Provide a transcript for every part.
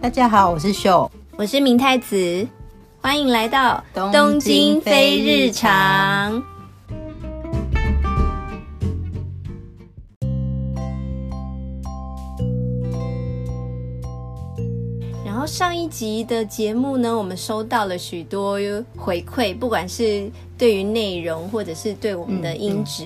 大家好，我是秀。我是明太子，欢迎来到东京非日常。然后上一集的节目呢，我们收到了许多回馈，不管是对于内容或者是对我们的音质，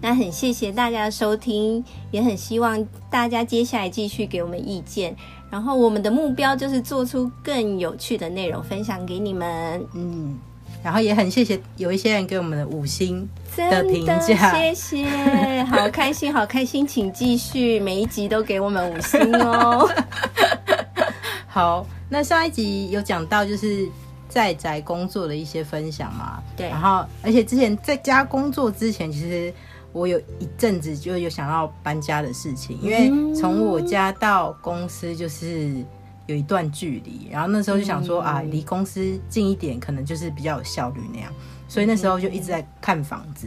那很谢谢大家的收听，也很希望大家接下来继续给我们意见。然后我们的目标就是做出更有趣的内容分享给你们。嗯，然后也很谢谢有一些人给我们的五星，真的评价谢谢，好开心，好开心，请继续，每一集都给我们五星哦。好，那上一集有讲到就是在宅工作的一些分享嘛，对然后而且之前在家工作之前，其实我有一阵子就有想要搬家的事情，因为从我家到公司就是。有一段距离，然后那时候就想说、啊，离公司近一点，可能就是比较有效率那样，所以那时候就一直在看房子。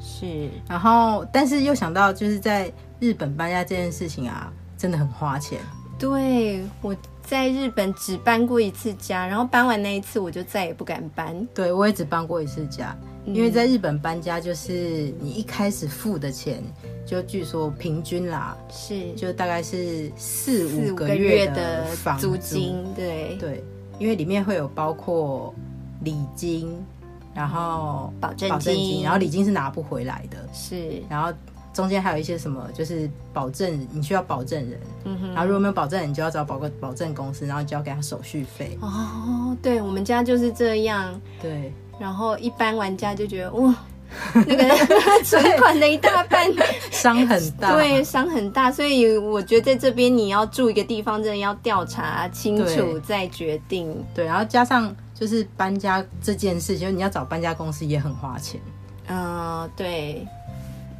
是，然后，但是又想到就是在日本搬家这件事情啊，真的很花钱。对我在日本只搬过一次家，然后搬完那一次我就再也不敢搬。对我也只搬过一次家，嗯因为在日本搬家就是你一开始付的钱，就据说平均啦，是，就大概是四四五五个个月月的房租金，对，对，因为里面会有包括礼金，然后嗯保证保证金，金然后礼金是拿不回来的，是，然后中间还有一些什么，就是保证你需要保证人，嗯哼然后如果没有保证人，你就要找保个保证公司，然后你就要给他手续费。哦，对我们家就是这样，对，然后一搬完家就觉得哇。那个存款的一大半，伤很大。对，伤很大，所以我觉得在这边你要住一个地方，真的要调查清楚对再决定。对，然后加上就是搬家这件事，就是你要找搬家公司也很花钱。嗯、对，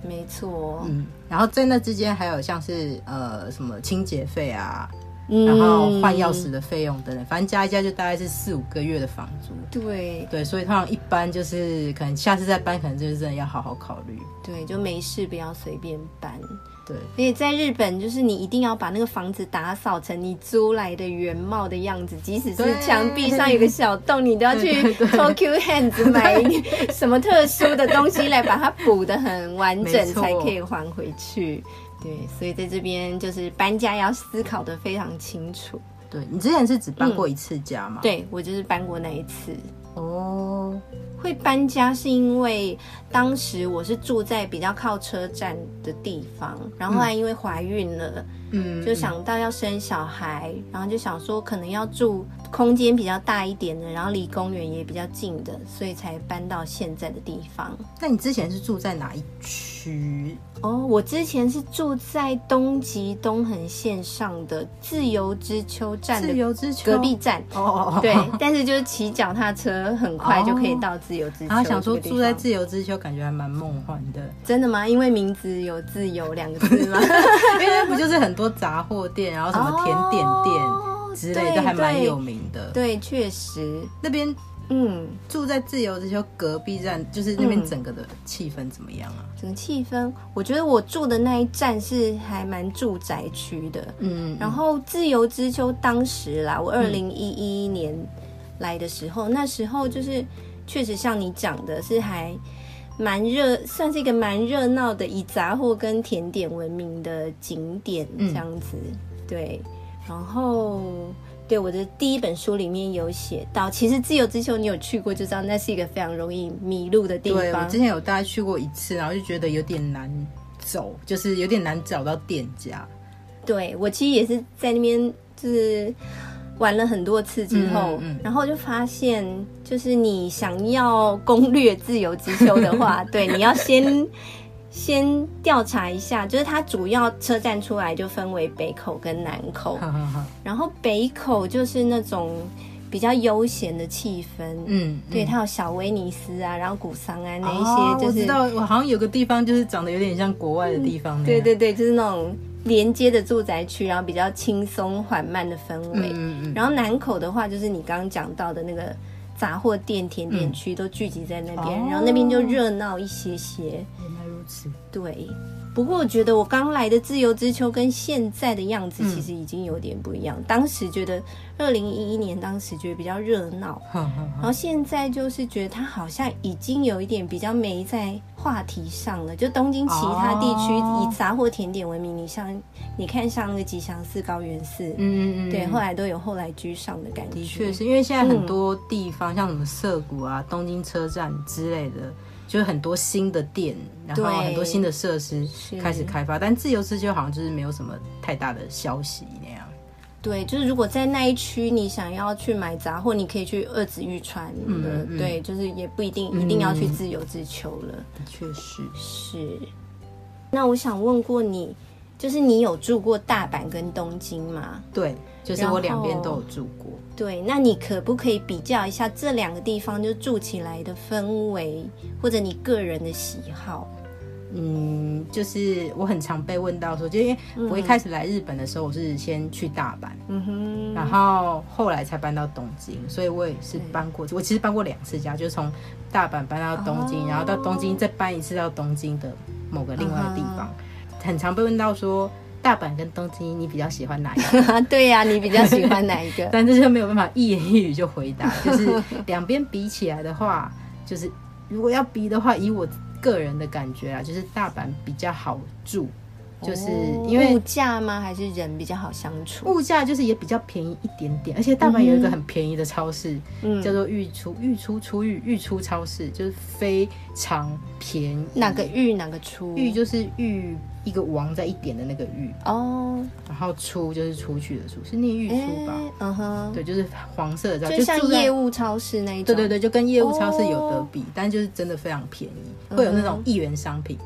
没错。嗯，然后在那之间还有像是呃什么清洁费啊，嗯然后换钥匙的费用等等，反正加一加就大概是四五个月的房租。对对，所以通常一般就是可能下次再搬，可能就是真的要好好考虑。对，就没事不要随便搬。对，而且在日本，就是你一定要把那个房子打扫成你租来的原貌的样子，即使是对墙壁上有个小洞，你都要去 对对对 Tokyo Hands 买什么特殊的东西来把它补得很完整没，错才可以还回去。对，所以在这边就是搬家要思考的非常清楚。对你之前是只搬过一次家吗？嗯对我就是搬过那一次，哦，会搬家是因为当时我是住在比较靠车站的地方，然后后来因为怀孕了，嗯，就想到要生小孩，然后就想说可能要住空间比较大一点的，然后离公园也比较近的，所以才搬到现在的地方。那你之前是住在哪一区？哦，我之前是住在东极东横线上的自由之丘站自的由之丘隔壁站。哦哦哦，对，但是就是骑脚踏车很快就可以到自由之 丘、然后哦啊想说住在自自由之丘，感觉还蛮梦幻的，真的吗？因为名字有“自由”两个字吗？因为那不就是很多杂货店，然后 什么甜点哦店之类对的，还蛮有名的。对，确实，那边嗯，住在自由之丘隔壁站，就是那边嗯整个的气氛怎么样啊？整个气氛，我觉得我住的那一站是还蛮住宅区的。嗯，然后自由之丘当时啦，我二零一一年来的时候，那时候就是确实像你讲的，是还蛮热，算是一个蛮热闹的，以杂货跟甜点闻名的景点这嗯样子。对，然后。对我的第一本书里面有写到，其实自由之丘你有去过就知道，那是一个非常容易迷路的地对我方之。前有大概去过一次，然后就觉得有点难走，就是有点难找到店家。对我其实也是在那边就是玩了很多次之后，嗯嗯然后就发现，就是你想要攻略自由之丘的 话，对，你要先。先调查一下，就是它主要车站出来就分为北口跟南 口，哈哈哈，然后北口就是那种比较悠闲的气氛，嗯，对，嗯它有小威尼斯啊，然后古桑啊那哦一些，我就知是、道，我好像有个地方就是长得有点像国外的地方那对样。对对，就是那种连接的住宅区，然后比较轻松缓慢的氛围。嗯嗯嗯，然后南口的话，就是你刚刚讲到的那个杂货店、甜点区都聚集在那边，哦然后那边就热闹一些些。原来如是？对，不过我觉得我刚来的自由之秋跟现在的样嗯子其实已经有点不一样。当时觉得二零一一年当时觉得比较热闹，哼哼然后现在就是觉得它好像已经有一点比较没在话题上了。就东京其他地哦区以杂货甜点为名，你像你看像那个吉祥寺、高原寺，嗯嗯嗯，对，后来都有后来居上的感觉。的确是因为现在很多地方，像什么涩谷啊、东京车站之类的，就是很多新的店，然后对很多新的设施是开始开发，但自由之丘好像就是没有什么太大的消息那样。对，就是如果在那一区你想要去买杂货，你可以去二子玉川的，嗯嗯对，就是也不一定一定要去自由之丘了。的确是，是，那我想问过你，就是你有住过大阪跟东京吗？对，就是然后我两边都有住过。对，那你可不可以比较一下这两个地方就住起来的氛围，或者你个人的喜好？嗯，就是我很常被问到说，就因为我一开始来日本的时候，我是先去大阪，嗯哼，然后后来才搬到东京，所以我也是搬过，我其实搬过两次家，就是从大阪搬到东京，哦然后到东京再搬一次到东京的某个另外的地啊方。很常被问到说，大阪跟东京你比较喜欢哪一 个？？对呀、你比较喜欢哪一个 哦但这就没有办法一言一语就回答，就是两边比起来的话，就是如果要比的话，以我个人的感觉啊，就是大阪比较好住，就是哦因为物价吗？还是人比较好相处？物价就是也比较便宜一点点，而且大阪有一个很便宜的超市，嗯叫做御出御出出御御出超市，就是非常便宜。哪个玉哪个出？御就是御一个王在一点的那个御，哦，然后出就是出去的出，是念御出吧？诶嗯哼，对，就是黄色的，就像住在业务哦超市那一种，对对对，就跟业务超市有得比，但就是真的非常便宜，会有那种一元商品，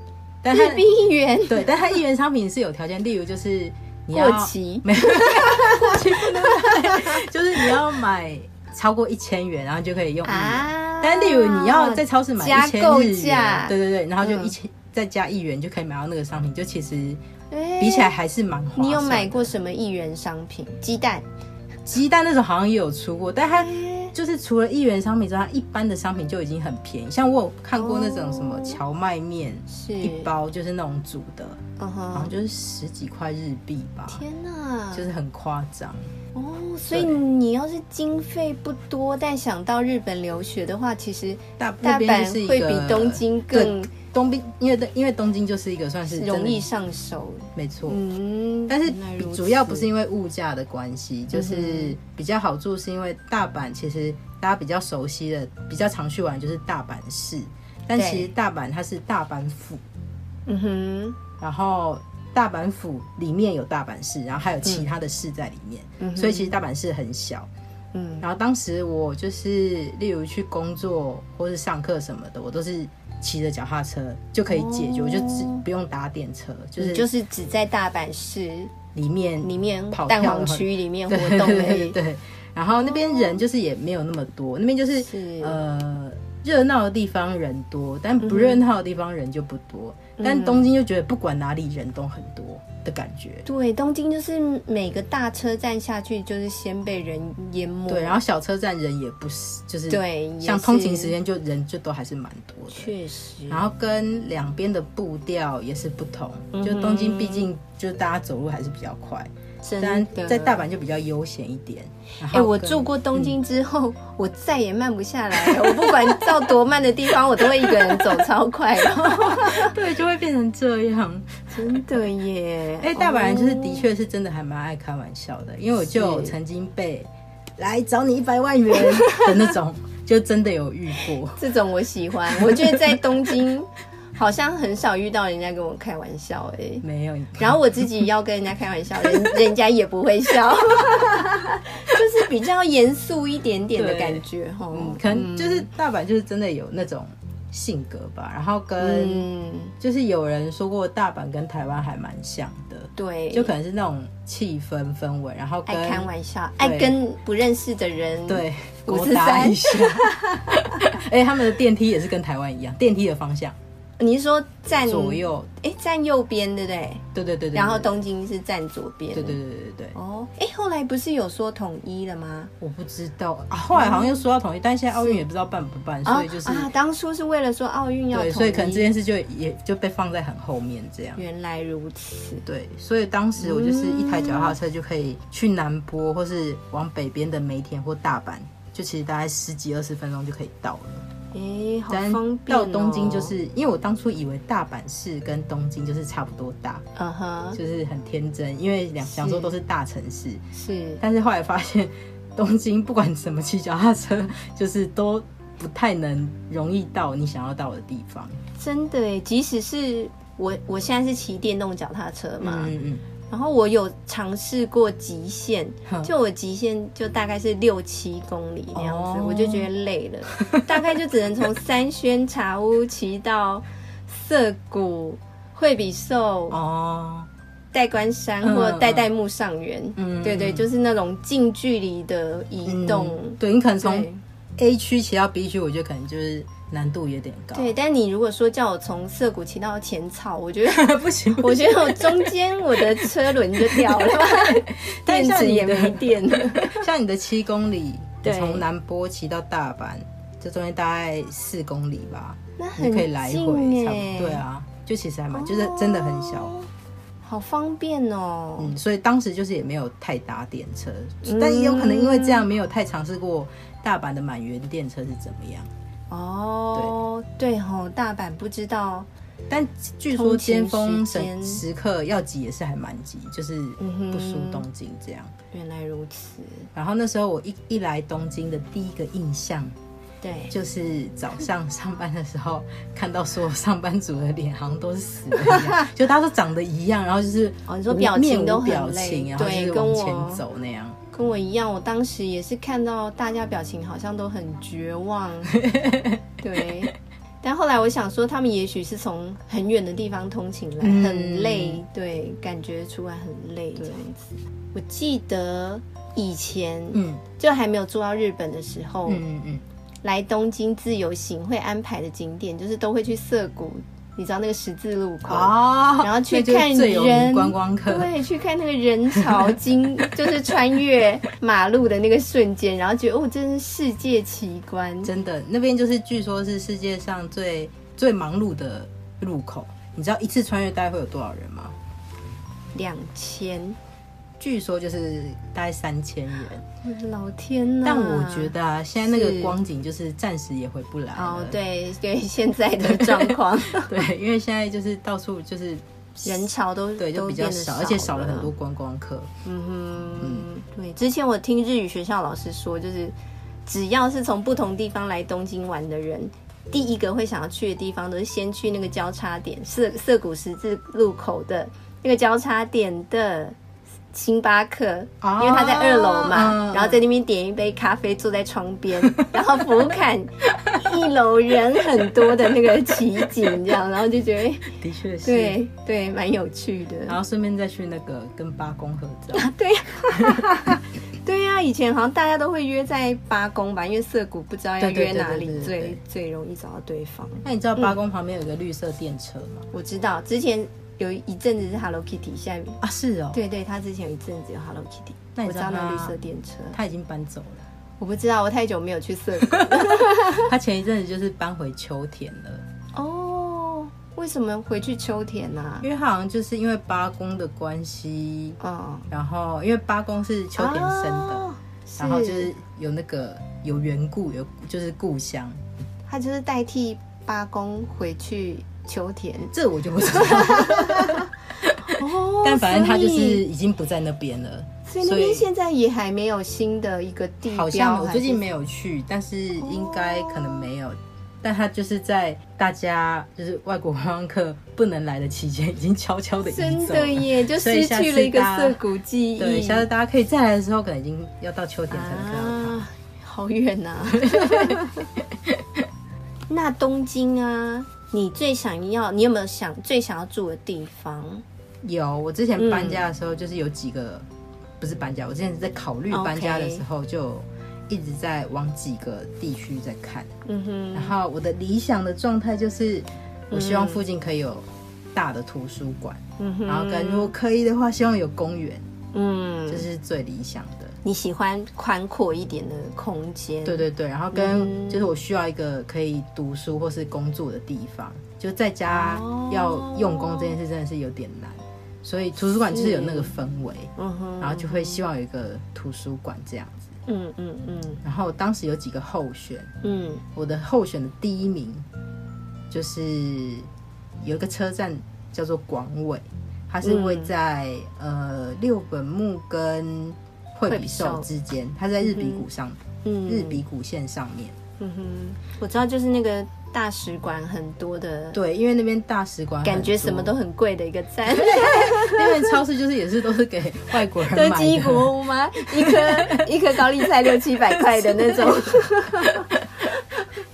但它嗯日币一元对，但它一元商品是有条件，例如就是你要过期，没有过期不能买， 就是你要买超过一千元，然后就可以用一元。啊但例如你要在超市买加一千购日元价，对对对，然后就嗯一千、再加一元就可以买到那个商品，就其实诶比起来还是蛮划算的。哎你有买过什么一元商品？鸡蛋，鸡蛋那时候好像也有出过，但它就是除了一元商品之外，它一般的商品就已经很便宜。像我有看过那种什么荞麦面，是一包就是那种煮的，嗯好像哼，就是十几块日币吧，天哪，就是很夸张。哦，所以你要是经费不多，但想到日本留学的话，其实大那大边就是阪一会个比东京更对东京，因为因为东京就是一个算是真的容易上手。没错。嗯，但是原来如主要不此嗯是因为物价的关系，就是比较好住，是因为大阪其实大家比较熟悉的、比较常去玩就是大阪市，但对其实大阪它是大阪府，嗯哼，然后大阪府里面有大阪市，然后还有其他的市在里面，嗯哼所以其实大阪市很小。嗯，然后当时我就是例如去工作或是上课什么的，我都是骑着脚踏车就可以解决，哦我就只不用搭电车，就你是嗯就是只在大阪市里面里面跑蛋跳的黄话区里面 活对动而对已。对，然后那边人就是也没有那么多，那边就是是呃热闹的地方人多，但不热闹的地方人就不多。嗯但东京就觉得不管哪里人都很多的感觉，对，东京就是每个大车站下去，就是先被人淹没。对，然后小车站人也不是，就是嗯对也像通是勤时间就人就都还是蛮多的。确实，然后跟两边的步调也是不同，嗯就东京毕竟就大家走路还是比较快，真但的在大。阪就比较悠闲一点。哎、我住过东嗯京之后，我再也慢不下来了。我不管到多慢的地方，我都会一个人走超快的。 对就会变成这样。真的耶！哦哎、大阪人就是的确是真的还蛮爱开玩笑的，因为我就有曾经被来找你一百万元的那种，就真的有遇过。这种我喜欢。我觉得在东京好像很少遇到人家跟我开玩笑哎、没有，然后我自己要跟人家开玩笑，人 人家也不会笑， 就是比较严肃一点点的感觉哈。嗯，可能就是大阪就是真的有那种性格吧。然后跟、嗯，就是有人说过，大阪跟台湾还蛮像的，对，就可能是那种气氛氛围，然后跟爱开玩笑，对爱跟不认识的人。，对五勾四搭三一下。哎、他们的电梯也是跟台湾一样，电梯的方向你是说站左？右，哎，站右边对不对？对对对对，然后对东京是站左边。对对对对对对，哦，哎，后来不是有说统一了吗？我不知道啊，后来好像又说到统一，但现在奥运也不知道办不办，所以就是啊，啊当初是为了说奥运要对，统一，所以可能这件事就也就被放在很后面这样。原来如此。对，所以当时我就是一台脚踏车就可以去南波，或是往北边的梅田或大阪，就其实大概十几二十分钟就可以到了。哎，好但方便、到哦。东京就，是，因为我当初以为大阪市跟东京就是差不多大，嗯哼，就是很天真，因为两想说都是大城市，是但是后来发现东京不管怎么骑脚踏车，就是都不太能容易到你想要到的地方。真的哎，即使是我，我现在是骑电动脚踏车嘛，嗯嗯然后我有尝试过极限，嗯，就我极限就大概是六七公里那样子，哦我就觉得累了，大概就只能从三轩茶屋骑到涩谷、惠比寿、哦，代官山嗯或代代木上原。嗯对对，就是那种近距离的移动嗯。对你可能从对 A 区骑到 B 区，我觉得可能就是难度有点高。对，但你如果说叫我从涩谷骑到浅草，我觉 得不行，我觉得我中间我的车轮就 掉了，但电像池你也的没电了。 像你的七公里，你对从南波骑到大阪，这中间大概四公里吧， 那你很可以来回，差不近多。哎，对，啊，就其实还蛮，就是真的很小。哦，好方便哦。嗯，所以当时就是也没有太搭电车，嗯但也有可能因为这样没有太尝试过大阪的满员电车是怎么样。哦，对吼，大阪不知道，但据说尖峰通勤时间时时刻要挤也是还蛮挤，就是嗯哼不输东京这样。原来如此。然后那时候我一一来东京的第一个印象对，就是早上上班的时候看到所有上班族的脸好像都是死的一 样，就大家都长得一样，然后就是哦你说无表情面无都很表累情，然后就对是跟往我前走那样。跟我一样，我当时也是看到大家表情好像都很 绝望。对。但后来我想说，他们也许是从很远的地方通勤来，嗯很累，对，感觉出来很累这样子。我记得以前嗯就还没有住到日本的时候，嗯嗯来东京自由行会安排的景点，就是都会去涩谷，你知道那个十字路嗯，口，哦，然后去那就是看最有人名观光客，对，去看那个人 潮经，就是穿越马路的那个瞬间，然后觉得哦，真是世界奇观。真的那边就是据说是世界上最最忙碌的路口。你知道一次穿越大概会有多少人吗？两千，据说就是大概三千人。我的老天呐！但我觉得啊，现在那是个光景就是暂时也回不来了哦，对对，现在的状况， 对，因为现在就是到处就是人潮都对，就都比较变得少，少，而且哦少了很多。观光客。嗯哼，对，之前我听日语学校老师说，就是只要是从不同地方来东京玩的人，第一个会想要去的地方都是先去那个交叉点，涩涩谷十字路口的那个交叉点的。星巴克，因啊为他在二楼嘛，嗯然后在那边点一杯咖啡，坐在窗边， 然后俯瞰一楼人很多的那个奇景，这样，然后就觉得，哎的确是。对对，蛮有趣的。然后顺便再去那个跟八公合照，对呀、 对呀、以前好像大家都会约在八公吧，因为涩谷不知道要对对约对对哪里对对最对最容易找到对方。那你知道八公旁边有个绿色电车吗？我知道之前有一阵子是 Hello Kitty，现在啊，是哦，对对，他之前有一阵子有 Hello Kitty，那你我知知道道那他绿色电车，他已经搬走了。我不知道，我太久没有去 涩谷他前一阵子就是搬回秋田了，哦。为什么回去秋田啊呢、因为他好像就是因为八公的关系，啊？嗯，然后因为八公是秋田生的，哦然后就是有那个有缘故，有就是故乡，他就是代替八公回去秋 田。这我就不 知道。哦但反正他就所以是已经不在那边了，所以那边现在也还没有新的一个地标，好像我还最是哦近没有去，但是应该可能没有。但他就是在大家就是外国观光客不能来的期间，已经悄悄的移真走的了。耶，就所以失下次去了一个大家涩谷记忆。对，下次大家可以再来的时候，可能已经要到秋天才能看到他。啊，好 远呐、那东京啊，你最想要，你有没有想最想要住的地方？有，我之前嗯搬家的时候，就是有几个、不是搬家，我之前在考虑哦搬家的时候，就一直在往几个地区在看。嗯哼，然后我的理想的状态就是，我希望附近可以有大的图书馆，嗯哼然后跟如果可以的话，希望有公园，嗯这，是最理想的。你喜欢宽阔一点的空间，对对对，然后跟嗯就是我需要一个可以读书或是工作的地方，就在家哦要用功这件事真的是有点难，所以图书馆就是有那个氛围，嗯哼，然后就会希望有一个图书馆这样子。嗯嗯嗯然后当时有几个候选，嗯，我的候选的第一名就是有一个车站叫做广尾，它是会在、嗯呃六本木跟惠比惠比寿寿之间，它是在日比谷上，嗯日比谷线上面。嗯哼，我知道，就是那个大使馆很多的，对，因为那边大使馆很感觉多什么都，很贵的一个站， 那边超市就是也是都是给外国人都买鸡的。国屋吗？一颗一颗高丽菜六七百块的那种，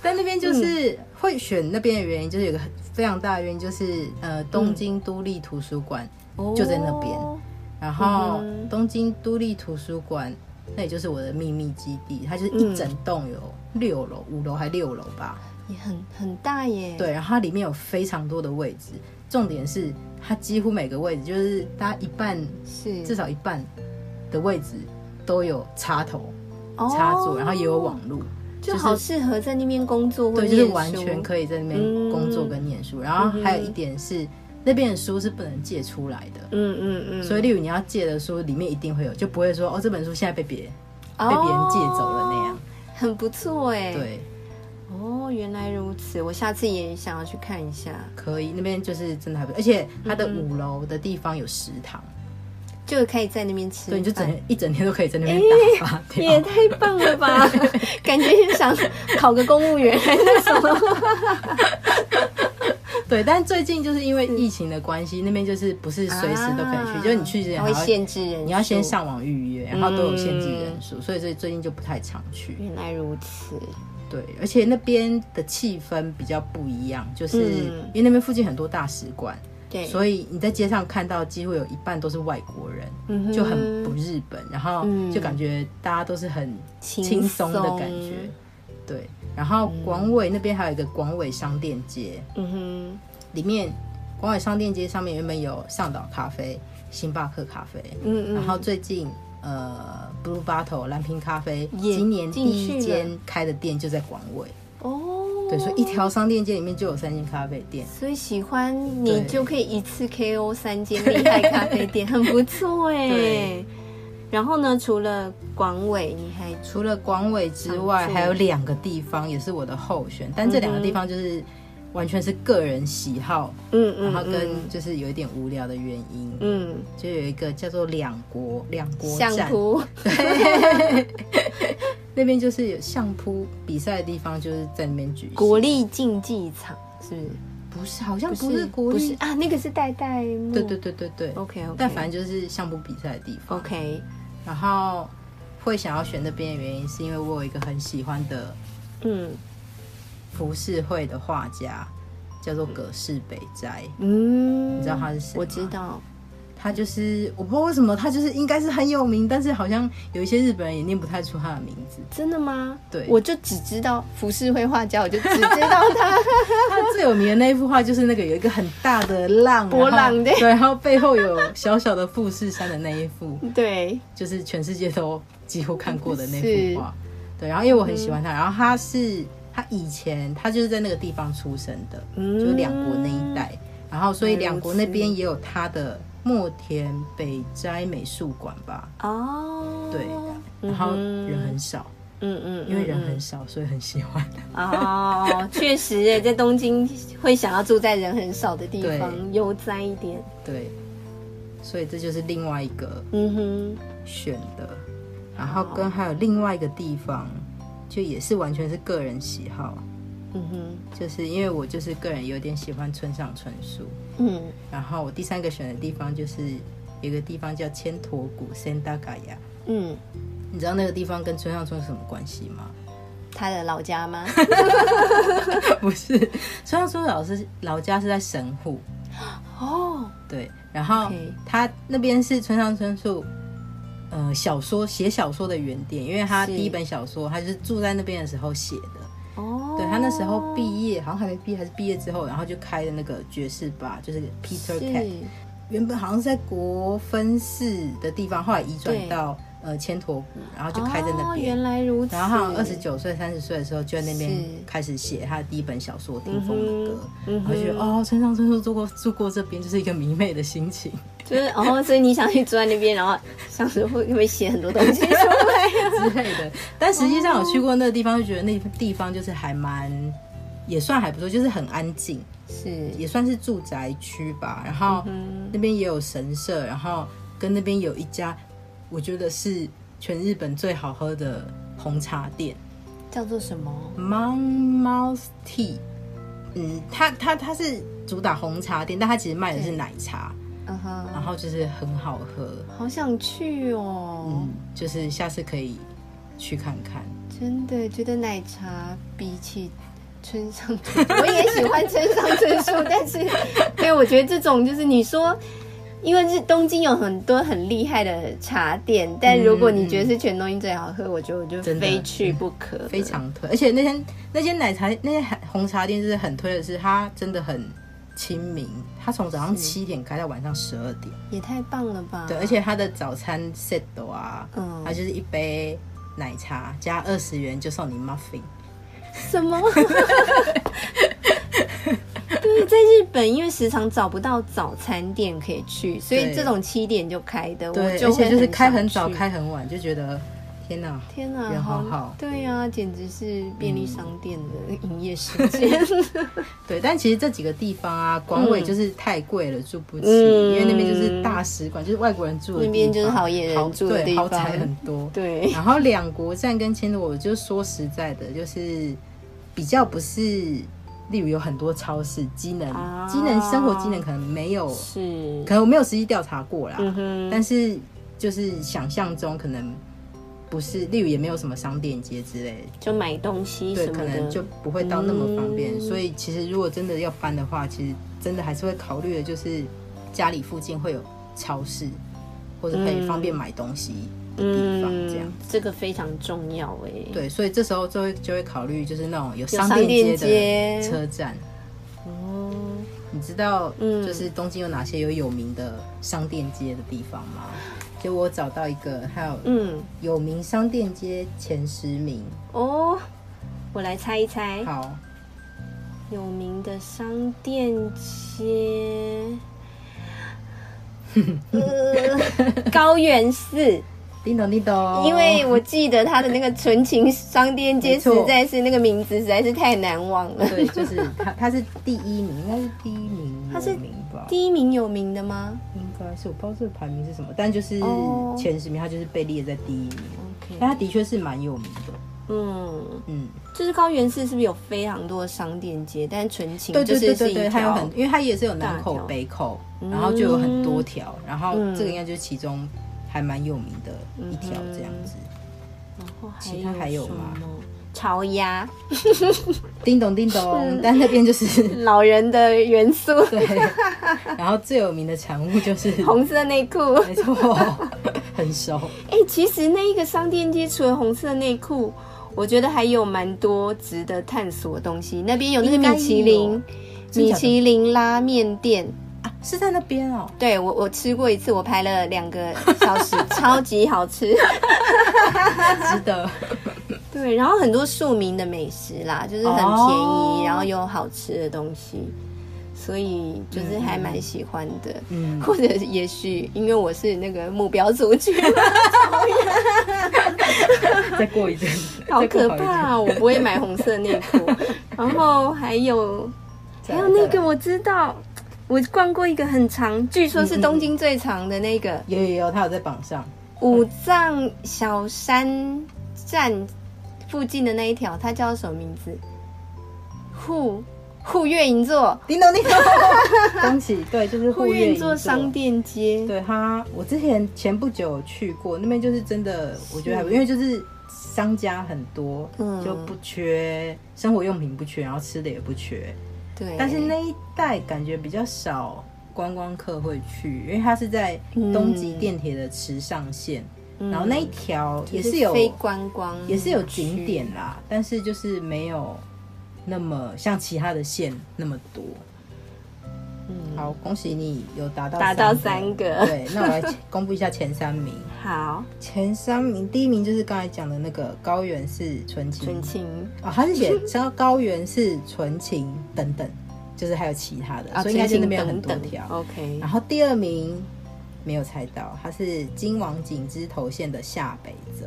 但那边嗯就是会选那边的原因，就是有个很非常大的原因，就是呃东京都立图书馆， 就在那边哦然后嗯哼东京都立图书馆，那也就是我的秘密基地，它就是一整栋有六楼、五楼还六楼吧。也很很大耶。，对，然后它里面有非常多的位置，重点是它几乎每个位置就是大家一半是至少一半的位置都有插头、哦插座，然后也有网路，就是好适合在那边工作或对，就是念完书全可以在那边嗯工作跟念书。然后还有一点是，那边的书是不能借出来的。嗯嗯嗯，所以，例如你要借的书，里面一定会有，就不会说哦，这本书现在被别被别人借走了那样哦。很不错哎。，对，哦，原来如此，我下次也想要去看一下，可以，那边就是真的还不错，而且它嗯的五楼的地方有食堂，就可以在那边吃饭。所以你就整一整天都可以在那边打发掉。 也太棒了 吧！感觉想考个公务员那种。对，但最近就是因为疫情的关系，那边 就是不是随时都可以去，嗯啊就是你去之前它还会要限嗯制人，你要先。上网预约，然后都有限制人数，所以最最近就不太常去。原来如此，对，而且那边的气氛比较不一样，就是嗯因为那边附近很多大使馆，对，所以你在街上看到几乎有一半都是外国人，嗯哼就很不日本，然后嗯就感觉大家都是很轻轻松的感觉。。对，然后广尾那边还有一个广尾商店街，嗯里面广尾商店街上面原本有上岛咖啡、星巴克咖啡，哼，嗯嗯，然后最近呃 Blue Bottle 蓝瓶咖啡也今年第进去一了间开的店就在广尾，哦，对，所以一条商店街里面就有三间咖啡店。所以喜欢你对就可以一次 KO 三间厉害咖啡店，很不错 哎对。然后呢，除了广尾，你还除了广尾之外，常驻还有两个地方也是我的候选，但这两个地方就是完全是个人喜好，嗯然嗯，后跟嗯就是有一点无聊的原因，嗯就有一个叫做两国两国相站，扑，那边就是有相扑比赛的地方，就是在那边举行。 国立竞技场是不是？不是，好像不是国不是立，啊，那个是代代木。对对对对对。 ，OK 哦 OK。但反正就是相扑比赛的地方。 OK，然后会想要选那边的原因，是因为我有一个很喜欢的嗯浮世绘的画家，叫做葛饰北斋。嗯，你知道他是谁吗我知道，他就是我不知道为什么，他就是应该是很有名，但是好像有一些日本人也念不太出他的名字。真的吗？对我就只知道浮世绘画家，我就只知道 他。他最有名的那一幅画就是那个有一个很大的浪，波浪然后对对，然后背后有小小的富士山的那一幅，对，就是全世界都几乎看过的那嗯是幅画。对，然后因为我很喜欢他，然后他是他以前他就是在那个地方出生的，嗯就是两国那一带，然后所以两国那原来如边也有他的墨田北斋美术馆吧，哦，对，嗯然后哼人很少。嗯嗯，因为人嗯很少，所以很喜欢。哦，确实耶，在东京会想要住在人很少的地方，对悠哉一点。对，所以这就是另外一个嗯哼，选的，然后哦跟还有另外一个地方，就也是完全是个人喜好，嗯哼，就是因为我就是个人有点喜欢村上春树，嗯，然后我第三个选的地方就是有一个地方叫千驼谷 （Sendagaya），嗯，你知道那个地方跟村上春树什么关系吗？ 他的老家吗？不是，村上春树老师老家是在神户，哦，对，然后 OK 他那边是村上春树，呃，小说写小说的原点，因为他是第一本小说他就是住在那边的时候写的，哦，对他他那时候毕业，好像还没毕业，还是毕业之后，然后就开的那个爵士吧，就是 Peter 是 Cat。原本好像是在国分寺的地方，后来移转对到呃千陀谷，然后就开在那哦，边。原来如此。然后他好像二十九岁、三十岁的时候，就在那边是开始写他的第一本小说《顶峰的歌》然嗯哼嗯后就觉得哦，村上春树住过住过这边，就是一个迷妹的心情。 就是哦，所以你想去坐在那边，然后想说会会不会写很多东西出来？之 类的。但实际哦上我去过那个地方，就觉得那地方就是还蛮，也算还不错，就是很安静，是，也算是住宅区吧。然后嗯那边也有神社，然后跟那边有一家，我觉得是全日本最好喝的红茶店叫做什么？ ，Mon Mouse Tea。嗯，它它它是主打红茶店，但它其实卖的是对奶茶，嗯哼，然后就是很好喝。好想去哦嗯，，就是下次可以去看看。真的觉得奶茶比起。村上春树，我也喜欢村上春 树，但是，对，我觉得这种就是你说，因为是东京有很多很厉害的茶店，但如果你觉得是全东京最好喝，我觉得我就嗯真的非去不可了，非常推，而且那天那间奶茶那间红茶店就是很推的是，它真的很亲民，它从早上七点开到晚上十二点，也太棒了吧？对，而且它的早餐 set 啊，嗯它就是一杯奶茶加二十元就送你 muffin，什么？ 对，在日本，因为时常找不到早餐店可以去，所以对这种七点就开的，我对，就而且会就是开很想早去。开很晚，就觉得天哪，天啊，人好好嗯对啊，简直是便利商店的营业时嗯间。对，但其实这几个地方啊，广尾就是太贵了，住不起，嗯因为那边就是大使馆，就是外国人住的地那方，边就是好野人住的对地豪方宅很多， 对，然后两国站跟千我就说实在的，就是比较不是，例如有很多超市，机能、啊机能生活机能可能没有，是，可能我没有实际调查过啦，嗯哼，但是就是想象中可能不是，例如也没有什么商店街之类的，就买东西对，什么可的，能就不会到那么方便。嗯所以其实如果真的要搬的话，其实真的还是会考虑的，就是家里附近会有超市，或者可以方便买东西的地方，这样。嗯，这个非常重要哎。对，所以这时候就会就会考虑就是那种有有商商店街店街的车站。哦，你知道，嗯就是东京有哪些有有名的商店街的地方吗？就我找到一个，还有嗯，有名商店街前十名。哦，我来猜一猜。好，有名的商店街， 呃，高原寺，叮咚叮咚，因为我记得它的那个纯情商店哦街没实错在是那个名字实在是太难忘了。对，就是它，它是第一名，应该是第一名，它是名吧？第一名有名的吗应该是我不知道这个排名是什么，但就是哦前十名，它就是被列在第一名。但？OK，它的确是蛮有名的，嗯，嗯。就是高原寺是不是有非常多的商店街？但纯情对就对是对是对一对，它有条很，因嗯为它也是有南大口条、北口，然后就有很多条，然后嗯这个应该就是其中还蛮有名的一条这样子。然后哦还其他还有有什吗么？潮鸭，叮咚叮咚，但那边就是老人的 元素，对，然后最有名的产物就是，红色内裤。没 错，很熟。哎、其实那一个商店街除了红色内裤，我觉得还有蛮多值得探索的东西。那边有那个应该米其林有，真米假的其林拉面店。啊是在那边哦，对我，我吃过一次，我排了两个小时，超级 好吃。值 得。对，然后很多庶民的美食啦，就是很便宜，哦然后又好吃的东西，所以就是还蛮喜欢的。嗯，或者也许因为我是那个目标 族群，再过一阵子，好再可过一阵子怕、我不会买红色内裤。 然后还有还有那个，我知道，我逛过一个很长，据说嗯是东京最长的那个有有有，它有在榜上。五藏小山站附近的那一条，它叫什么名字？户户月银座，叮咚叮 咚，恭喜，对，就是户护月院银座商店街。对他，我之前前不久去过那边，就是真的，我觉得还不，因为就是商家很多，嗯就不缺生活用品不缺，然后吃的也不缺，对，但是那一带感觉比较少观光客会去，因为它是在东极电铁的池上线，嗯然后那一条也就是有、非观光，也是有景点啦，但是就是没有那么像其他的县那么多。嗯，好，恭喜你有达到达到个三个对，那我来公布一下前三名。好， 前三名，第一名就是刚才讲的那个高原是纯情纯情哦，他是写只要高原是纯情等等，就是还有其他的，啊，所以应该纯就情那边等有等哦很多条。啊 OK，然后第二名没有猜到，他是金王井之头县的夏北泽，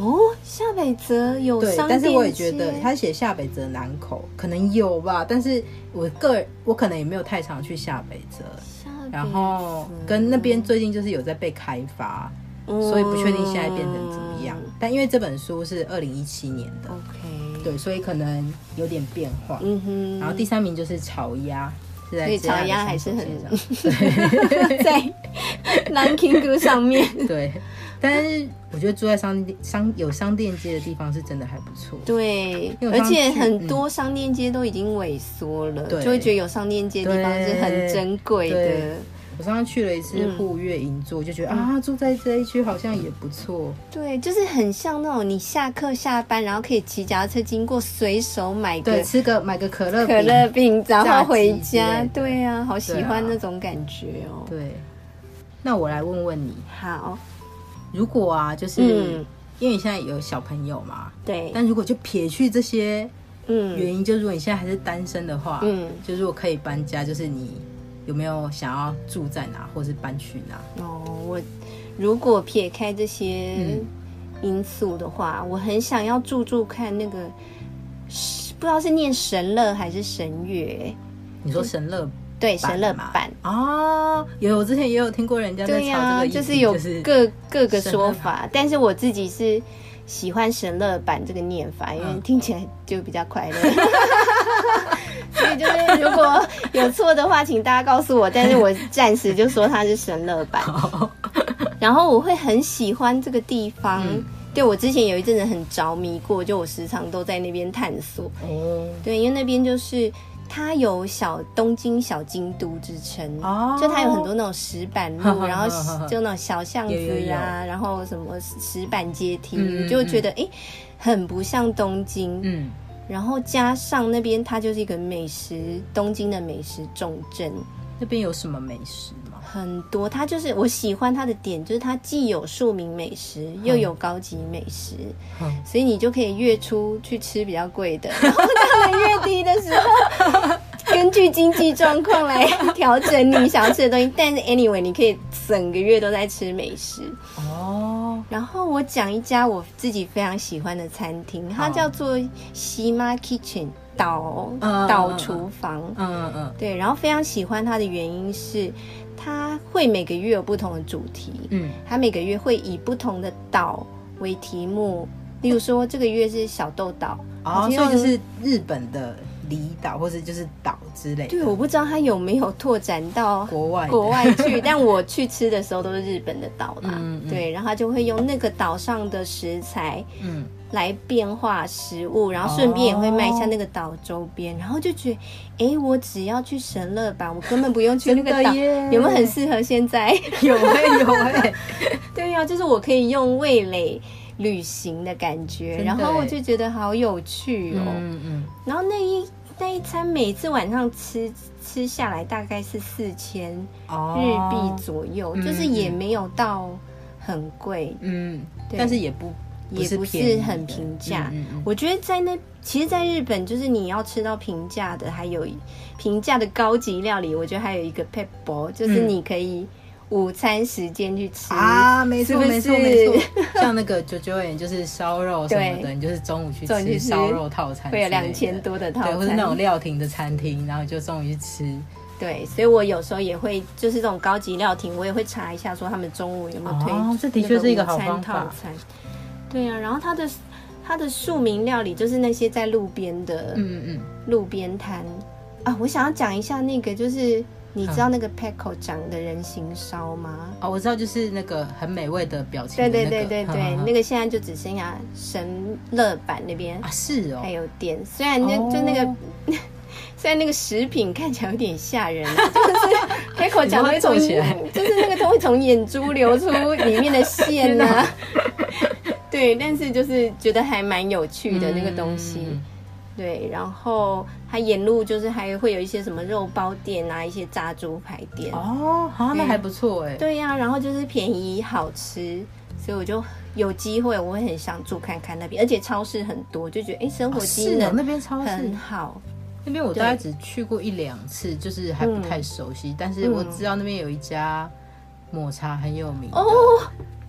哦，夏北泽有对，哦商店街，但是我也觉得他写夏北泽南口可能有吧，但是我个人我可能也没有太常去夏北泽，夏北泽然后跟那边最近就是有在被开发，哦所以不确定现在变成怎么样。但因为这本书是二零一七年的，嗯 OK，，对，所以可能有点变化。嗯哼，然后第三名就是草鸭，是在所以这样的草鸭还是山口很县上 在南 King 哥上面，对， 但是我觉得住在商店商有商店街的地方是真的还不错。对，因为而我上次且去很多商店街都已经萎缩了，嗯对就会觉得有商店街的地方是很珍贵的对。我上次去了一次嗯户月银座，就觉得、啊，住在这一区好像也不错。对，就是很像那种你下课下班，然后可以骑脚踏车经过，随手买对，个吃个买个可乐可饼乐饼，然后回之类家的。对啊，好喜欢对啊那种感觉哦。对，啊那我来问问你，好，如果啊，就是、嗯，因为你现在有小朋友嘛，对，但如果就撇去这些原嗯因，就如果你现在还是单身的话，嗯就如果可以搬家，就是你有没有想要住在哪，或是搬去哪？哦，我如果撇开这些嗯因素的话，我很想要住住看那个，不知道是念神乐还是神乐，你嗯说神乐对，神乐嘛版。哦，有，我之前也有听过人家在对吵呀、这个议题，就是有各各个神说乐法，但是我自己是喜欢神乐版这个念法，因为嗯听起来就比较 快乐。 所以就是如果有错的话，请大家告诉我。但是我暂时就说它是神乐版。 然后我会很喜欢这个地方，嗯对我之前有一阵子很着迷过，就我时常都在那边探索。哦对，因为那边就是它有小东京小京都之称，哦就它有很多那种石板路，然 后就那种小巷子啊，有有有然后什么石板阶梯，嗯嗯就觉得哎、诶很不像东京。嗯然后加上那边它就是一个美食，东京的美食重镇。那边有什么美食吗？很多，它就是我喜欢它的点，就是它既有庶民美食，又有高级美食，嗯所以你就可以月初去吃比较贵的， 然后到了月底的时候，根据经济状况来调整你想要吃的东西。但是 anyway，你可以整个月都在吃美食。哦，然后我讲一家我自己非常喜欢的餐厅，它好叫做西妈 Kitchen 岛嗯岛嗯嗯厨房。嗯嗯对，然后非常喜欢它的原因是，它会每个月有不同的主题，嗯，它每个月会以不同的岛为题目，例如说这个月是小豆岛，哦，然所后以就是日本的离岛或者就是岛之类对，的，我不知道它有没有拓展到国外的国外去， 但我去吃的时候都是日本的岛啦，嗯嗯对，然后它就会用那个岛上的食材。嗯，来变化食物，然后顺便也会卖一下那个岛周边，然后就觉得，诶，我只要去神乐吧，我根本不用去那真个的岛，耶，有没有很适合现在？ 有哎有哎，对呀、就是我可以用味蕾旅行的感觉，真的然后我欸就觉得好 有趣哦。嗯嗯然后那一那一餐每次晚上吃吃下来大概是四千日哦币左右，嗯就是也没有到很贵，嗯，对但是也不也不便宜是的很平价。嗯嗯嗯我觉得在那，其实，在日本，就是你要吃到平价的，还有平价的高级料理，我觉得还有一个 p e b l 就是嗯你可以午餐时间去吃啊，没错是不没错是没错，像那个九九眼就是烧肉什么的，对你就是中午去中午去吃吃烧肉套餐之会有类的，两千多的套对，餐，或是那种料亭的餐厅，然后你就中午去吃。对所以我有时候也会就是这种高级料亭，我也会查一下说他们中午有没有推、哦这的确是一个好方法那个午餐套餐。对啊，然后它的它的庶民料理就是那些在路边的、嗯嗯嗯，路边摊啊，我想要讲一下那个就是。你知道那个 Paco 长的人形烧吗？哦，我知道，就是那个很美味的表情对的那对个。对对对，嗯嗯嗯那个现在就只剩下神乐版那边啊是哦还，有店，虽然那、就那个 哦，虽然那个食品看起来有点吓 人啊，就是开口你讲把它会从皱起来 就是那个都会从眼珠流出里面的线啊呐、 对，但是就是觉得还蛮有趣的那个东西。嗯嗯嗯对，然后它沿路就是还会有一些什么肉包店啊，一些炸猪排店。哦，好、那还不错哎、对呀、然后就是便宜好吃，所以我就有机会我会很想住看看那边，而且超市很多，就觉得哎、诶生活机是哦，那能边超市很好。那边我大概只去过一两次，就是还不太熟悉，但是我知道那边有一家抹茶很有名的哦，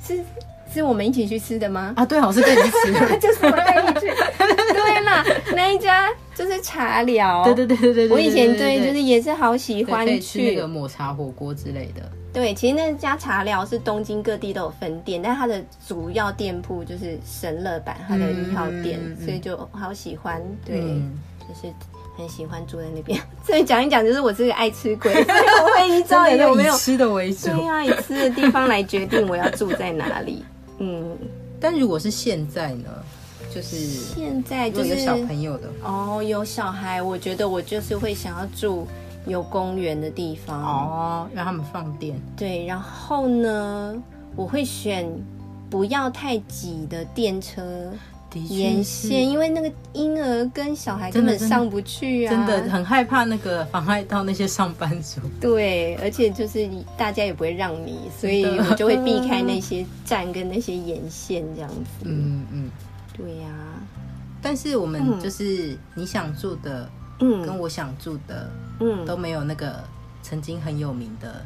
是是我们一起去吃的吗？ 啊，对，好是跟你一起的就是我带你 去，对啦，那一家就是茶寮。对对对对对对，我以前对就是是也是好喜欢可以吃那去个抹茶火锅之类的，对，其实那家茶寮是东京各地都有分店，但它的主要店铺就是神乐版它的一号店，嗯嗯嗯所以就好喜欢。对，嗯就是很喜欢住在那边。 所以讲一讲，就是我是个爱吃 鬼，所以我会依照有没有以吃的为主。对呀、以吃的地方来决定我要住在哪里。嗯，但如果是现在呢，就是现在嗯如果就是有小朋友的哦，有小孩，我觉得我就是会想要住有公园的地方。哦，让他们放电，对，然后呢，我会选不要太挤的电车的沿确是线，因为那个婴儿跟小孩嗯真的根本真的上不去啊。真的很害怕那个妨碍到那些上班族。对，而且就是大家也不会让你，所以真的我就会避开那些站跟那些沿线这样子。嗯嗯，对呀、但是我嗯们就是你想住的跟嗯我想住的嗯，都没有那个曾经很有名的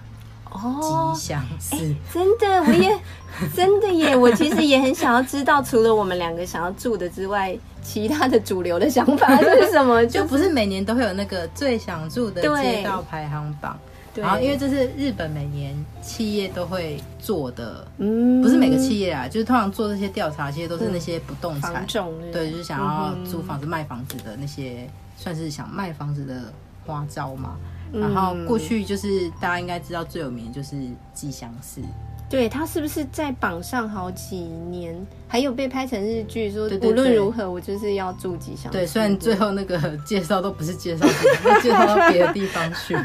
哦吉，祥寺。真的，我也 真的耶，我其实也很想要知道，除了我们两个想要住的之外，其他的主流的想法是 什么？就不是每年都会有那个最想住的街道排行榜，对，然后因为这是日本每年企业都会做的，嗯不是每个企业啊，就是通常做这些调查，其实都是那些不动产房，仲是不是对，就是想要租房子、卖房子的那些，算是想卖房子的花招嘛。嗯然后过去就是大家应该知道最有名的就是吉祥寺，对他是不是在榜上好几年，还有被拍成日剧说对对无论对如何我就是要住吉祥寺。对，虽然最后那个介绍都不是介绍自己， 是介绍到别的地方 去。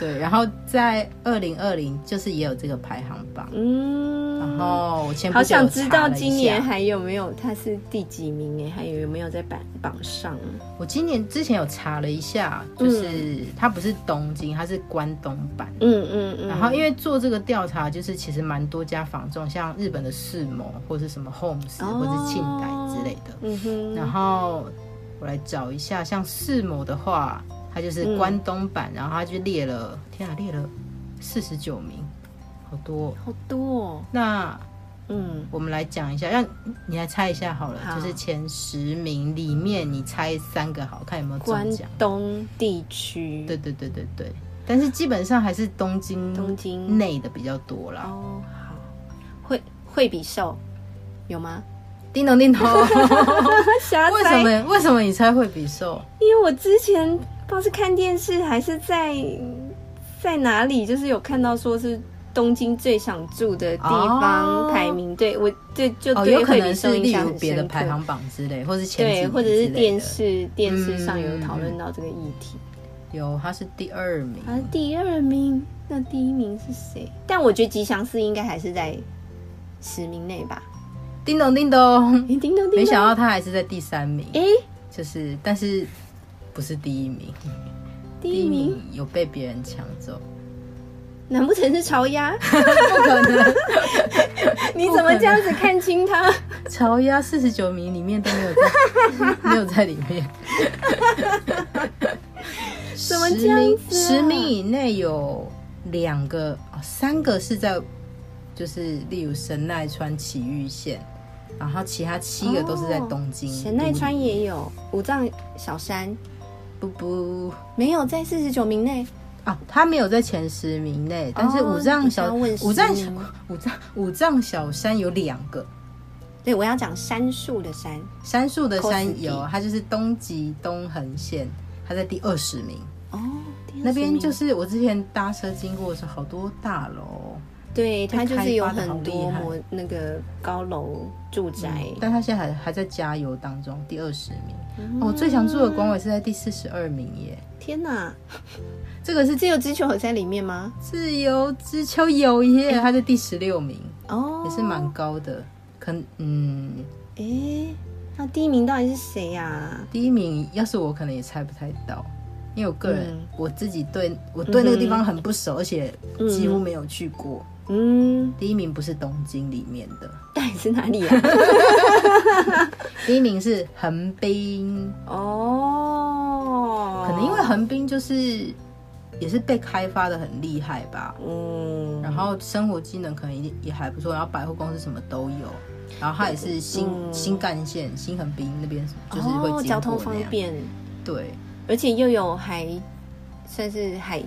对，然后在二零二零就是也有这个排行榜，然嗯，后我啊前不好久有想知道查了一今年下还有没有他是第几名哎，还有没有在榜榜上？我今年之前有查了一下，就是它不是东京，它是关东版。嗯嗯嗯。然后因为做这个调查，就是其实蛮多家房仲，像日本的世谋或是什么 Homes 哦或是庆代之类的。嗯哼，然后我来找一下，像世某的话，它嗯就是关东版，然后它就列了，天啊，列了四十九名，好多哦、好多哦，那嗯，我们来讲一下，让你来猜一下好了，好就是前十名里面，你猜三个好，看有没有关中奖。东地区，对对对对对，但是基本上还是东京东京内的比较多啦。哦，好，惠惠比寿有 吗？叮咚叮咚，瞎为什么为什么你猜会比寿？因为我之前不知道是看电视还是在在哪里，就是有看到说是东京最想住的地方哦排名，对我对就哦，对有可惠比能寿是印例象如很别的深排刻。行榜之类，或是前几对，名或者是之类的电视电视上有嗯讨嗯论到这个议题，有，他是第二名。而第二名，那第一名是谁？但我觉得吉祥寺应该还是在十名内吧。叮咚叮咚，诶 叮咚叮咚，没想到他还是在第三名，哎、就是但是不是第一名，第第一一名，名有被别人抢走，难不成是朝 鸭？不可 能。你怎么这样子看清他？朝鸭四十九名里面都没有在，没有在里面。 怎么这样子十名啊十名以内有两个、哦，三个是在，就是例如神奈川崎玉县，然后其他七个都是在东京。哦神奈川也有，五藏小山不不没有在四十九名内。啊，他没有在前十名内，但是哦五藏你小、想要问五藏十小名五藏五藏小山有两个，对，我要讲杉树的杉。杉树的 Cosby 山有，它就是东极东横线，它在第二十名。哦，第二十名那边就是我之前搭车经过的时候，好多大楼，对，它就是有开发得好很嗯多厉害摩那个高楼住宅。嗯但它现在还还在加油当中，第二十名。嗯哦我最想住的广尾是在第四十二名耶。天哪，这个是自由之丘有在里面吗？自由之丘有耶，它在第十六名，哎哦，也是蛮高的。可能嗯，诶，那第一名到底是谁呀、啊？第一名要是我可能也猜不太到，因为我个人、我自己对我对那个地方很不熟，而且几乎没有去过。嗯，第一名不是东京里面的，到底是哪里 呀、啊？第一名是横滨，哦，可能因为横滨就是也是被开发的很厉害吧，嗯，然后生活机能可能也也还不错，然后百货公司什么都有，然后它也是新、嗯新干线新横滨那边就是会哦、经交通过方那样，便，对，而且又有海，算是海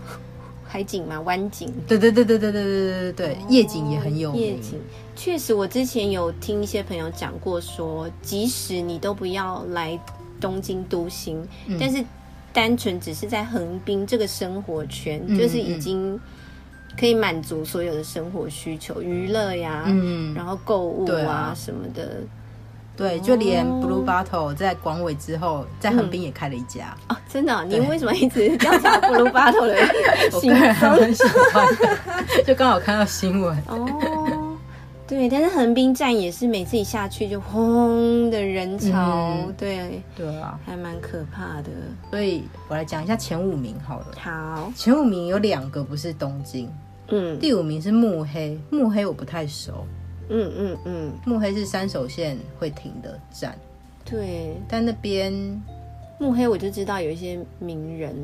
海景嘛，湾景。对对对对对对对对对对，夜景也很有名，哦夜景确实，我之前有听一些朋友讲过说即使你都不要来东京都心，嗯但是单纯只是在横滨这个生活圈，嗯就是已经可以满足所有的生活需求，娱乐呀，嗯，然后购物对啊啊什么的。对，就连哦嗯 Blue Bottle 在广尾之后，在横滨也开了一家，哦，真的哦、你对为什么一直调查 Blue Bottle 的我行 个人还踪？蛮喜欢的，就刚好看到新闻，哦，对，但是横滨站也是每次一下去就轰的人潮，嗯对，对啊，还蛮可怕的。所以我来讲一下前五名好了。好，前五名有两个不是东京，嗯第五名是幕黑，幕黑我不太熟，嗯嗯嗯，幕黑是三手线会停的站，对，但那边慕黑我就知道有一些名人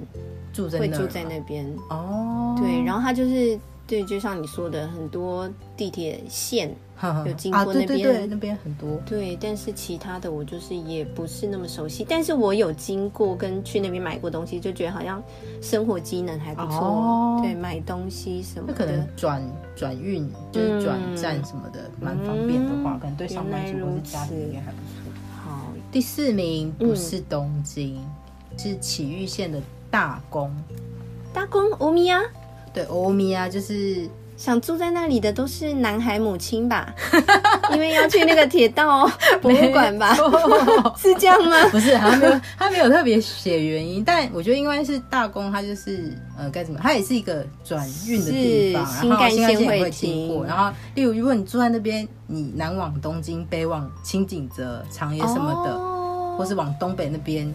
住在那会儿吗住在那边，哦，对，然后他就是对，就像你说的，很多地铁线，后有经过啊、对对那对，边那边很多，对，但是其他的我就是也不是那么熟悉，但是我有经过跟去那边买过东西，就觉得好像生活机能还不错，哦对，买东西什么那可的。能转转运就是转嗯站什么的，蛮、方便的话，可能对上班族或是家庭应该还不错。好，第四名嗯不是东京，是埼玉县的大宫，大公欧米亚对，欧米啊，就是想住在那里的都是男孩母亲 吧，因为要去那个铁道博物馆 吧，是这样吗？哦不是，他没有，他没有特别写原因，但我觉得因为是大宫，它就是呃该怎么，它也是一个转运的地方，然是后新新干干线线会也会经过，停然后例如如果你住在那边，你南往东京，北往青井泽、长野什么的，哦或是往东北那边，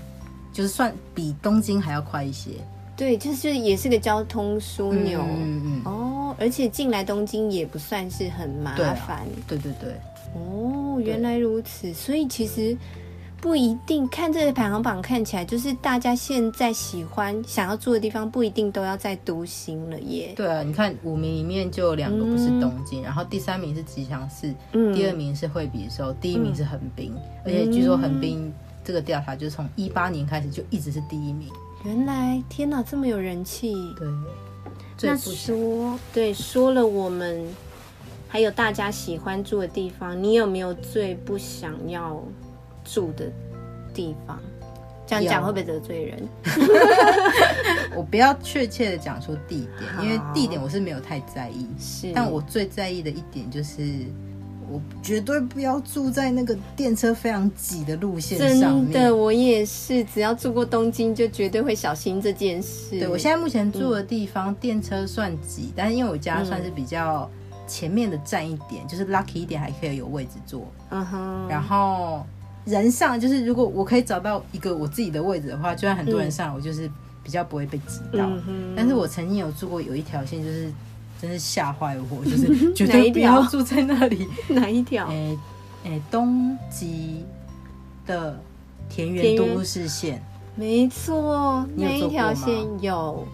就是算比东京还要快一些。对，就是也是个交通枢纽、嗯嗯嗯，哦，而且进来东京也不算是很麻对啊烦、对对对，哦，原来如此，所以其实。不一定看这个排行榜看起来，就是大家现在喜欢想要住的地方，不一定都要在都心了耶。对啊，你看五名里面就有两个不是东京，然后第三名是吉祥寺，嗯第二名是惠比寿，第一名是横滨，而且据说嗯横滨这个调查就是从一八年开始就一直是第一名，原来天哪，这么有人气！对，最那不行说对说了我们，还有大家喜欢住的地方，你有没有最不想要住的地方？这样讲有会不会得罪人？我不要确切的讲出地好点，因为地点我是没有太在意，是，但我最在意的一点就是。我绝对不要住在那个电车非常挤的路线上面。真的我也是，只要住过东京，就绝对会小心这件事。对我现在目前住的地方，电车算挤，但是因为我家算是比较前面的站一点，就是 lucky 一点，还可以有位置坐。嗯哼，然后人上，就是如果我可以找到一个我自己的位置的话，就算很多人上，我就是比较不会被挤到。嗯哼但是我曾经有住过有一条线，就是真是吓坏我，就是 绝哪一对不要条住在那里。 哪一条？诶诶，东极的田田园园都市线。没错，你有那一坐过条吗线有，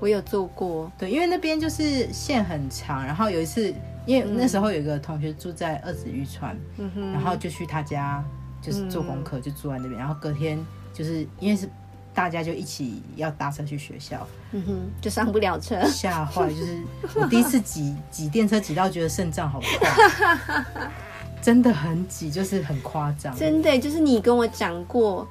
我有坐过。对，因为那边就是线很长，然后有一次，因为那时候有一个同学住在二子渔川，嗯哼，然后就去他家，就是做功课，就住在那边。然后隔天就是因为是大家就一起要搭车去学校，嗯哼，就上不了车。吓坏，就是我第一次挤挤电车挤到觉得肾脏好快， 真的很挤，就是很夸张。真的，就是你跟我讲过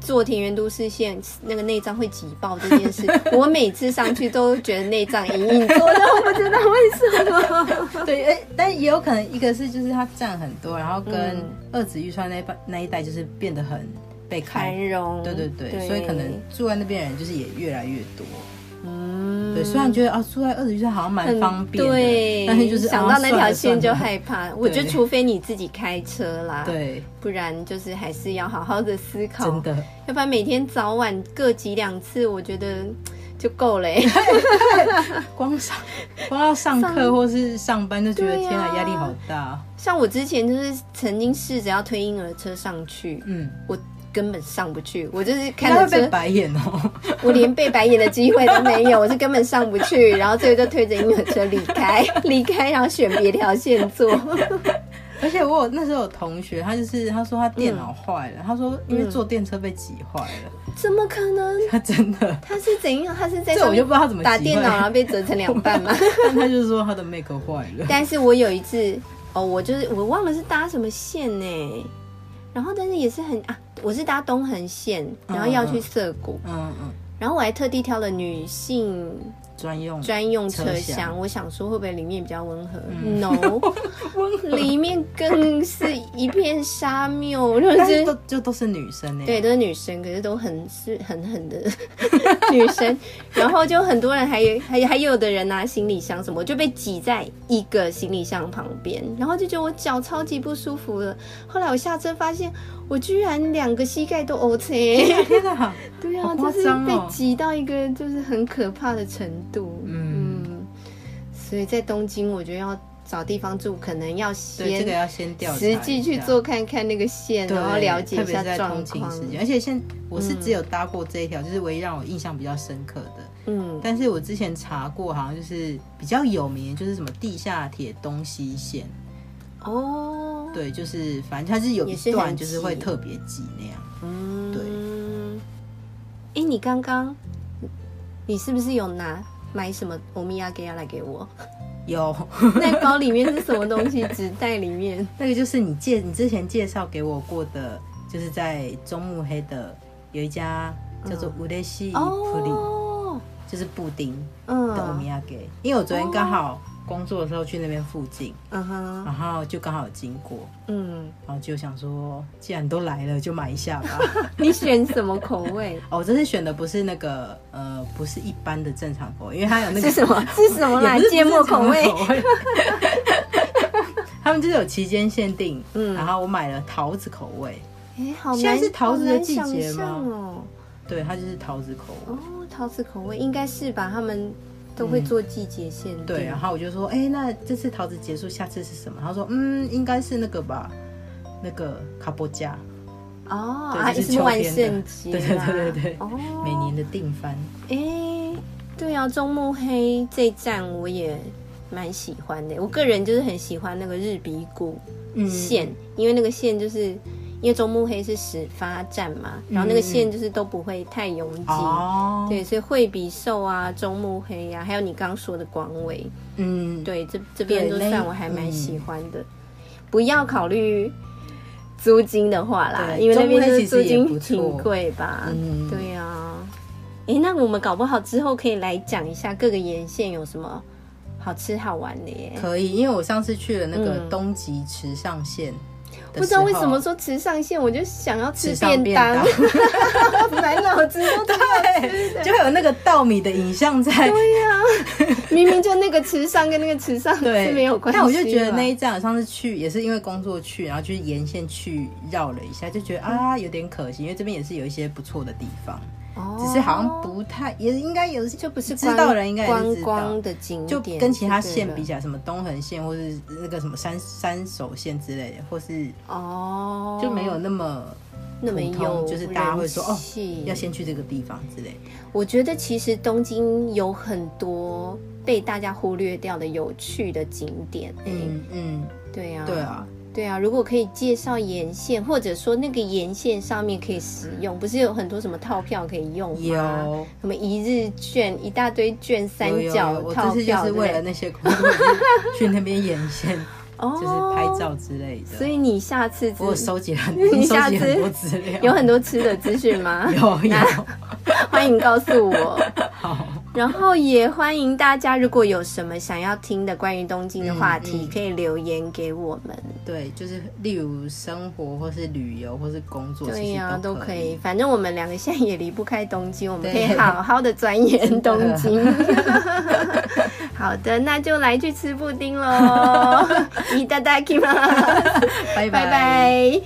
做田园都市线那个内脏会挤爆这件事，我每次上去都觉得内脏隐隐作痛，我不知道为什 么。 对，哎，但也有可能一个是就是它占很多，然后跟嗯二子渔川那一半那一带就是变得很被开繁荣，对对对，所以可能住在那边的人就是也越来越多。嗯，对，对，虽然觉得啊，住在二十一岁好像蛮很方便的，对，但是就是想啊到那条线就算了算了害 怕。我觉得对除非你自己开车啦，，对，不然就是还是要好好的思考，真的。要不然每天早晚各挤两次，我觉得嗯就够了、欸。 光上光要上课或是上班就觉得对啊天啊，压力好大。像我之前就是曾经试着要推婴儿车上去，嗯，我根本上不去，我就是看应该着会被车，白眼哦。 我连被白眼的机会都没有，我是根本上不去。然后最后就推着婴儿车离开，离开，然后选别条线 坐。而且我有那时候有同学，他就是他说他电嗯脑坏了，他说因为坐电车被挤坏了，怎么可能？他真的。他是怎样？他是在这上我就面不知道他怎么打挤电脑坏然后被折成两 半吗？但他就说他的 Mac 坏 了。但是我有一次，哦，我就是我忘了是搭什么线呢，然后但是也是很啊，我是搭东横线，然后要去涩谷，嗯嗯，然后我还特地挑了女性专用专用车车厢，厢我想说会不会里面比较温和、嗯 n o 里面更是一片沙漠，就但是是哎都就都是女生欸呢。对，都是女生，可是都很是狠狠的 女生。然后就很多人还有还还有的人拿行李箱什么，我就被挤在一个行李箱旁边，然后就觉得我脚超级不舒服了。后来我下车发现，我居然两个膝盖都 O C。天哪，对啊，好就夸是张哦被挤到一个就是很可怕的程度。嗯嗯，所以在东京，我觉得要找地方住，可能要对，这个先要先调查一实下际去做看看那个线，对，然后了解特一别下是在状通勤况时。间，而且现我是只有搭过这一条，就是唯一让我印象比较深刻的。嗯，但是我之前查过，好像就是比较有名，就是什么地下铁东西线，哦，对，就是反正它是有也一是很段就是会挤特别挤那样。嗯，对。哎，你刚刚你是不是有拿买什么欧米亚给要来给我？有，那包里面是什么东西？ 纸袋里面。那个就是你介你之前介绍给我过的，就是在中目黑的有一家叫做乌雷西普里，嗯哦，就是布丁的欧米嗯，亚给，因为我昨天刚好工作的时候去那边附近，嗯哼，然后就刚好有经过。嗯，然后就想说，既然都来了，就买一下吧。 你选什么口味？哦，我这次选的不是那个呃，不是一般的正常口味，因为它 有那个 是什 么？是什么啦也不？是芥末口味不。 是正常的口味 他们就是有期间限定，嗯然后我买了桃子口味，哎，好难，现在是桃子的季节吗好难想象哦，对，它就是桃子口味。哦，桃子口味应该是吧？他们都会做季节限定。嗯对，然后我就说，哎、那这次桃子结束，下次是什么？他说，嗯，应该是那个吧，那个卡波加，哦，对啊，就是是万秋天 圣的节对啦，对对对对哦，每年的定番。哎、对啊，中目黑这一站我也蛮喜欢的。我个人就是很喜欢那个日比谷嗯线，因为那个线就是因为中目黑是始发站嘛，然后那个线就是都不会太拥挤。嗯哦，对，所以惠比寿啊、中目黑啊，还有你刚说的广尾，嗯，对，这这边都对那嗯算我还蛮喜欢的。不要考虑租金的话啦，对因为那中边就目黑是其租实也金不错挺贵吧？嗯对呀、哎、那我们搞不好之后可以来讲一下各个沿线有什么好吃好玩的耶。可以，因为我上次去了那个嗯东极池上线的时候，不知道为什么说吃上线，我就想要吃池上便当，当，满脑子 都对。就会有那个稻米的影像 在。明明就那个池上跟那个池上对，是没有关系但吧，我就觉得那一站，我上次去也是因为工作去，然后就是沿线去绕了一下，就觉得啊有点可惜，因为这边也是有一些不错的地方，哦只是好像不太，也应该有就不是知观道的人应该也观是知道光。的景就点，跟其他县对比了起来，什么东横线或是那个什么三三手线之类的，或是哦，就没有那么那么普通有就是大家会说人哦气要先去这个地方之类的。我觉得其实东京有很多被大家忽略掉的有趣的景点。嗯，嗯嗯，对啊，对，啊，对啊。如果可以介绍沿线，或者说那个沿线上面可以使用，不是有很多什么套票可以用吗？有。什么一日券、一大堆券、三有有有角我这套次就票是之为类了的，那些工作去那边沿线， 哦，就是拍。照之类的。所以你下次只我有收集了很， 你已经收下集次很多资 料， 有很多吃的资讯吗？有有欢迎告诉我。 好，然后也欢迎大家，如果有什么想要听的关于东京的话嗯题，可以留言给我们。对，就是例如生活或是旅游或是工作，对其实呀、都都可可以以。。反正我们两个现在也离不开东京，我们可对以好好的钻研东 京。好的，那就来 去吃布丁喽！いただきます，拜拜拜。